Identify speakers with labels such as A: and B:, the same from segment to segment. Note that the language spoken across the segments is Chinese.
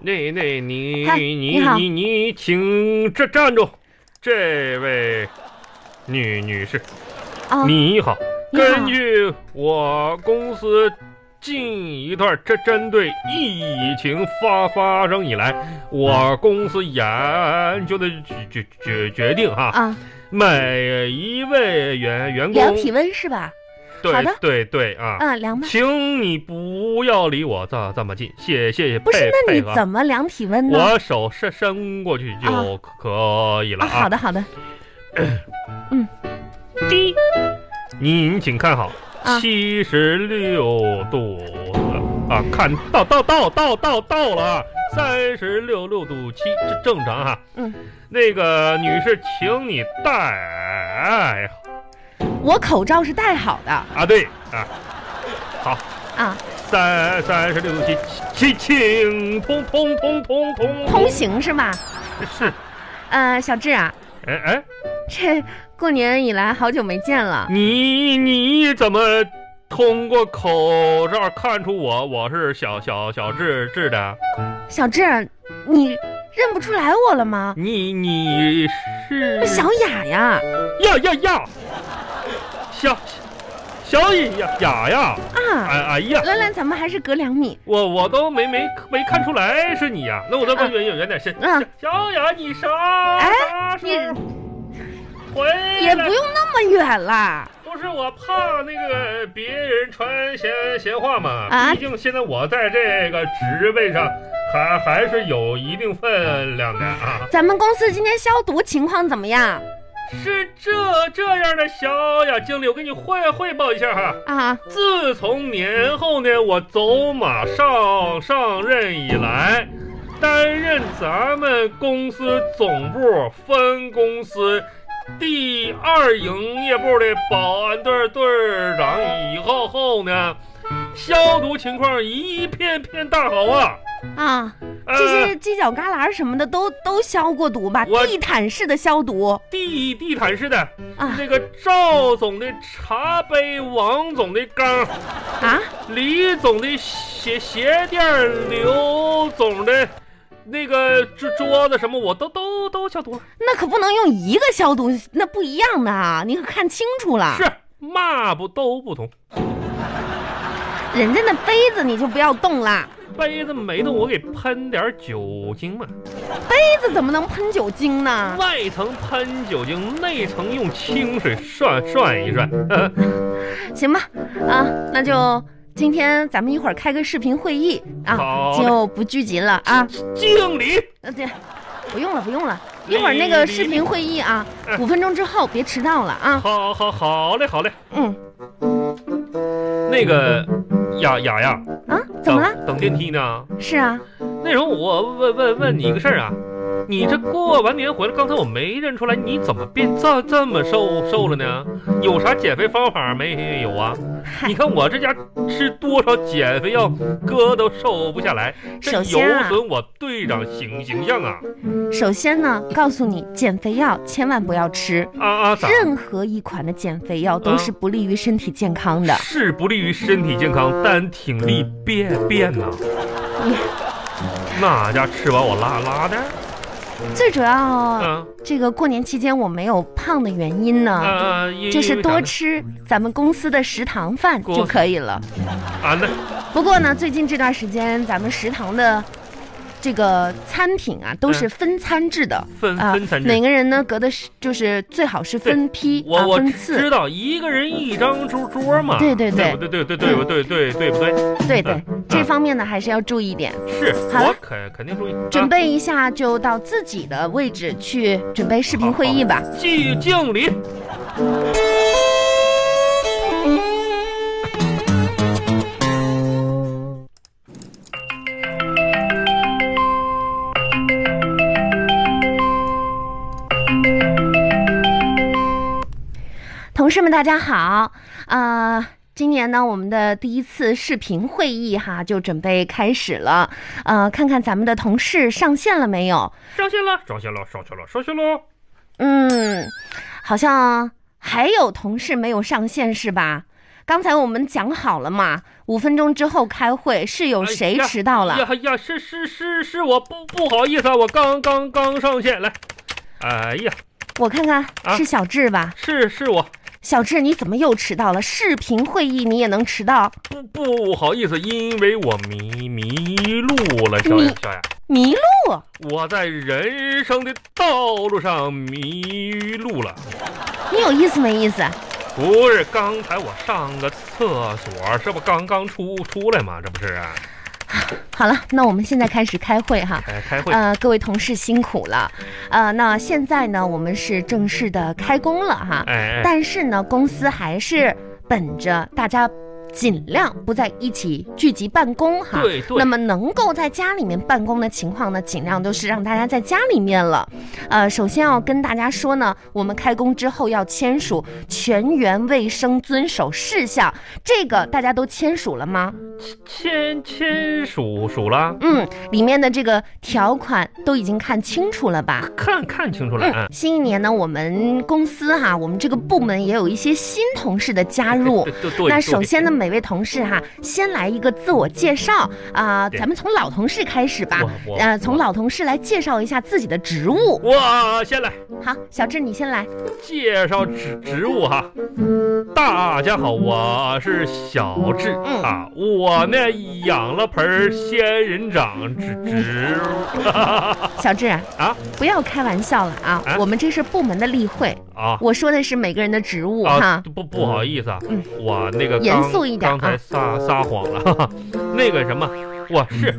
A: 那那你
B: 嗨
A: 你
B: 你好
A: 你你，请站站住，这位女女士，
B: 啊，
A: 你好。
B: 你好
A: 根据我公司近一段这针对疫情发发生以来，我公司研究的决决决决定哈，
B: 啊，
A: 每一位员员
B: 也要
A: 工，
B: 体温是吧？好
A: 对
B: 的
A: 对对啊，
B: 啊，凉吧。
A: 请你不要离我这这么近，谢谢谢
B: 不是
A: 配，
B: 那
A: 配
B: 你
A: 合。
B: 怎么量体温呢？
A: 我手伸伸过去就可以了
B: 啊，
A: 啊。
B: 好的好的，
A: 滴，您请看好，
B: 啊
A: 七十六度啊，看到到到到到到了啊，三十六六度七，这正常哈、
B: 嗯，
A: 那个女士，请你戴
B: 我口罩是戴好的
A: 啊，对啊，
B: 啊，
A: 三三十六度七，请请通通通通通
B: 通行是吗？
A: 是，
B: 呃，小智啊，
A: 哎哎，
B: 这过年以来好久没见了，
A: 你你怎么？通过口罩看出我我是小小小智智的，
B: 小智，你认不出来我了吗？
A: 你你是
B: 小雅呀，
A: 呀呀呀，小小雅雅呀，
B: 啊，
A: 哎哎呀，
B: 兰兰，咱们还是隔两米。
A: 我我都没没没看出来是你呀、那我再
B: 啊
A: 问远远远点身。
B: 啊
A: 小小雅，你啥
B: 哎
A: 啥时候回
B: 也
A: 来
B: 不？用那么远啦。
A: 不是我怕那个别人传闲闲话嘛，
B: 啊
A: 毕竟现在我在这个职位上还还是有一定分量的啊。
B: 咱们公司今天消毒情况怎么样
A: 是这这样的，小雅经理，我跟你汇汇报一下哈。
B: 啊？
A: 自从年后呢，我走马上上任以来，担任咱们公司总部分公司第二营业部的保安队队长以后后呢，消毒情况一片片大好啊。
B: 啊，
A: 呃
B: 这些犄角旮旯什么的都都消过毒吧？
A: 我嗯
B: 地毯式的消毒
A: 地地毯式的，
B: 啊
A: 那个赵总的茶杯，王总的缸，
B: 啊！
A: 李总的鞋鞋垫儿，刘总的那个桌桌子什么，我都都都消毒了。
B: 那可不能用一个消毒，那不一样的啊！你可看清楚了，
A: 是抹布都不同，
B: 人家那杯子你就不要动啦，
A: 杯子没动，我给喷点儿酒精嘛，
B: 杯子怎么能喷酒精呢？
A: 外层喷酒精，内层用清水涮涮一涮。
B: 行吧，啊，那就今天咱们一会儿开个视频会议啊，
A: 好嘞
B: 就不聚集了啊。
A: 经理，
B: 呃，对，不用了，不用了，一会儿那个视频会议啊，
A: 嗯
B: 五分钟之后别迟到了啊。
A: 好好好嘞，好嘞，
B: 嗯
A: 那个雅雅雅，
B: 啊，怎么了？
A: 等？等电梯呢？
B: 是啊，
A: 那什么，我问问问你一个事儿啊，你
B: 嗯
A: 这过完年回来，刚才我没认出来，你怎么变这这么瘦瘦了呢？有啥减肥方法没有 啊？
B: 嗨
A: 你，看我这家吃多少减肥药，哥都瘦不下来，这
B: 首
A: 有
B: 先啊，
A: 损我队长形形象啊！
B: 首先呢，告诉你，减肥药千万不要吃，
A: 啊啊，咋？
B: 任何一款的减肥药都
A: 啊
B: 是不利于身体健康的。嗯
A: 是不利于身体健康，但挺利便便 呐。那家吃完我拉拉的，嗯
B: 最主要，
A: 啊
B: 这个过年期间我没有胖的原因呢，
A: 啊，因
B: 就是
A: 为啥
B: 多
A: 呢
B: 吃咱们公司的食堂饭
A: 公
B: 就可以了。
A: 啊，那
B: 不过呢，最近这段时间咱们食堂的这个餐品啊，都是分餐制的。
A: 分嗯
B: 啊
A: 分，餐制
B: 每个人呢隔的是就是最好是分批
A: 我
B: 啊
A: 我
B: 分
A: 知
B: 次，
A: 道一个人一张桌桌嘛，
B: 对对对
A: 对对对对不对对对不对？
B: 对对
A: 嗯嗯，
B: 这方面呢还是要注意点，
A: 是
B: 好
A: 我
B: 了
A: 肯肯定注意。
B: 准
A: 备
B: 备一下就到自己的位置去准备视频会议吧。
A: 敬啊敬礼，
B: 同事们，大家好，呃。今年呢，我们的第一次视频会议哈就准备开始了，呃，看看咱们的同事上线了没有？
A: 上线了，上线了，上线了，上线了。
B: 嗯，好像还有同事没有上线是吧？刚才我们讲好了嘛，五分钟之后开会，是有谁迟到了？
A: 哎呀哎呀，是是是是，我不不好意思啊，我刚刚刚上线来。哎呀，
B: 我看看
A: 啊
B: 是小智吧？
A: 是是我
B: 小智，你怎么又迟到了？视频会议你也能迟到？
A: 不不好意思，因为我迷迷路了，小雅
B: 你
A: 小雅，
B: 迷路？啊
A: 我在人生的道路上迷路了。
B: 你有意思没意思？
A: 不是，刚才我上个厕所，这不刚刚出出来吗？这不是啊
B: 好了，那我们现在开始开会哈。
A: 哎开开会。
B: 呃，各位同事辛苦了，呃，那现在呢，我们是正式的开工了哈。
A: 哎哎，
B: 但是呢，公司还是本着大家尽量不在一起聚集办公哈。
A: 对对
B: 那么能够在家里面办公的情况呢，尽量都是让大家在家里面了。呃，首先要跟大家说呢，我们开工之后要签署全员卫生遵守事项，这个大家都签署了吗？
A: 签签署署了，
B: 嗯，里面的这个条款都已经看清楚了吧？
A: 看看清楚了。
B: 嗯，新一年呢，我们公司哈，我们这个部门也有一些新同事的加入
A: 对。对 对，
B: 那
A: 对
B: 首先呢，每位同事哈，先来一个自我介绍啊、
A: 对
B: 咱们从老同事开始吧
A: 我，我
B: 呃，从老同事来介绍一下自己的职务。
A: 我先来
B: 好，小智你先来。
A: 介绍职职务哈。大家好，我是小智
B: 嗯
A: 啊，我呢养了盆儿仙人掌植植物
B: 小智
A: 啊
B: 不要开玩笑了啊，
A: 啊
B: 我们这是部门的例会，
A: 啊
B: 我说的是每个人的职务、
A: 啊
B: 哈。，
A: 不不好意思啊
B: 嗯，
A: 我那个
B: 严
A: 刚
B: 肃一点
A: 刚才
B: 啊
A: 撒撒谎了，哈哈那个什么，我是。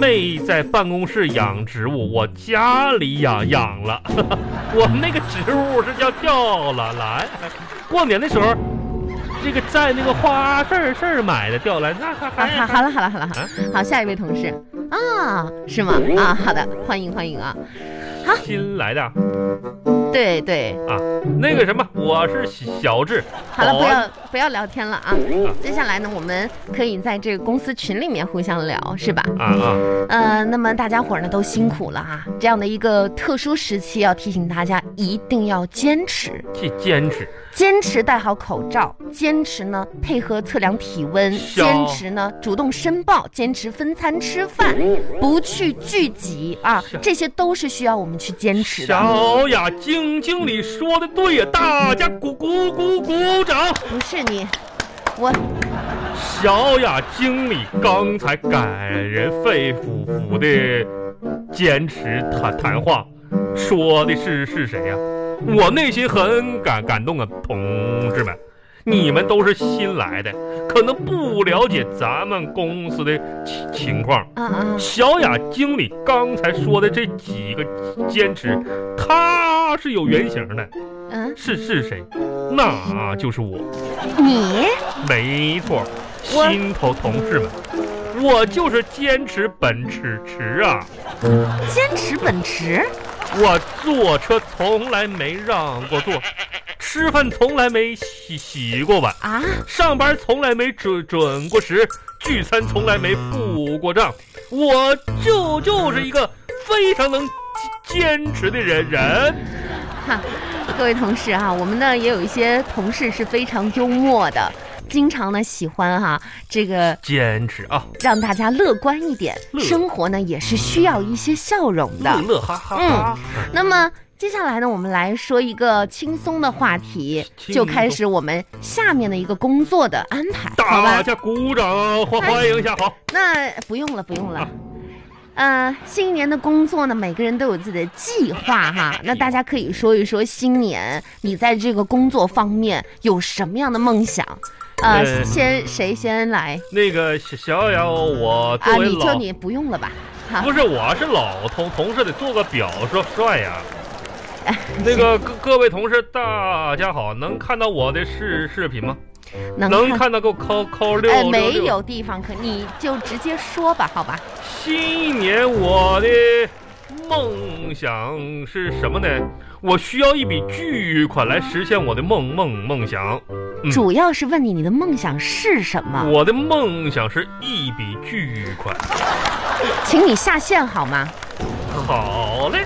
A: 妹在办公室养植物，我家里养养了。 哈哈我们那个植物是叫吊兰兰，过年的时候，这个在那个花市市买的吊兰，那还还
B: 啊，好，好了，好了，好了，好了，好，下一位同事啊，是吗？啊，好的，欢迎，欢迎啊，
A: 新来的啊
B: 对对，
A: 啊。那个什么，我是小智，
B: 好了，
A: 保
B: 不
A: 安
B: 要不要聊天了啊！接下来呢，我们可以在这个公司群里面互相聊，是吧？
A: 啊啊，
B: 呃，那么大家伙儿呢都辛苦了啊！这样的一个特殊时期，要提醒大家一定要坚持，
A: 去坚持。
B: 坚持戴好口罩，坚持呢配合测量体温，
A: 小
B: 坚持呢主动申报，坚持分餐吃饭，不去聚集啊，这些都是需要我们去坚持的。
A: 小雅经经理说的对呀，大家鼓鼓鼓鼓掌！
B: 不是你，我
A: 小雅经理刚才感人肺腑腑的坚持谈谈话，说的是是谁呀、我内心很感感动啊，同志们，你们都是新来的，可能不了解咱们公司的情情况。
B: 啊啊，
A: 小雅经理刚才说的这几个坚持，它是有原型的。
B: 嗯，
A: 是是谁？那就是我，
B: 你。
A: 没错，
B: 我
A: 心头同事们，我就是坚持本持持啊！
B: 坚持本职，
A: 我坐车从来没让过座，吃饭从来没洗洗过碗，
B: 啊，
A: 上班从来没准准过时，聚餐从来没付过账，我就就是一个非常能坚坚持的人人。
B: 哈，各位同事啊，我们呢也有一些同事是非常幽默的，经常呢喜欢哈、这个
A: 坚持啊，
B: 让大家乐观一点，
A: 乐
B: 生活呢也是需要一些笑容
A: 乐
B: 的。
A: 乐哈哈
B: 嗯
A: 哈。
B: 那么接下来呢，我们来说一个轻松的话题，
A: 轻
B: 就开始我们下面的一个工作的安排，好
A: 大
B: 吧？哎
A: 家鼓掌啊欢欢迎一下，好。
B: 那不用了，不用
A: 啊
B: 了。呃，新一年的工作呢，每个人都有自己的计划哈。
A: 哎
B: 那大家可以说一说新年你在这个工作方面有什么样的梦想？呃，
A: 呃
B: 先谁先来
A: 那个小小雅，我
B: 啊？
A: 作为
B: 你
A: 老、
B: 就你不用了吧？好，
A: 不是，我是老同同事得做个表率帅呀。 那个各各位同事，大家好，能看到我的视视频吗？
B: 能
A: 能看到够扣扣六
B: 哎，
A: 六
B: 没
A: 六。
B: 有地方可，你就直接说吧，好吧？
A: 新一年我的梦想是什么呢？我需要一笔巨款来实现我的梦梦梦想。嗯
B: 主要是问你你的梦想是什么，
A: 我的梦想是一笔巨款。
B: 请你下线好吗？
A: 好嘞，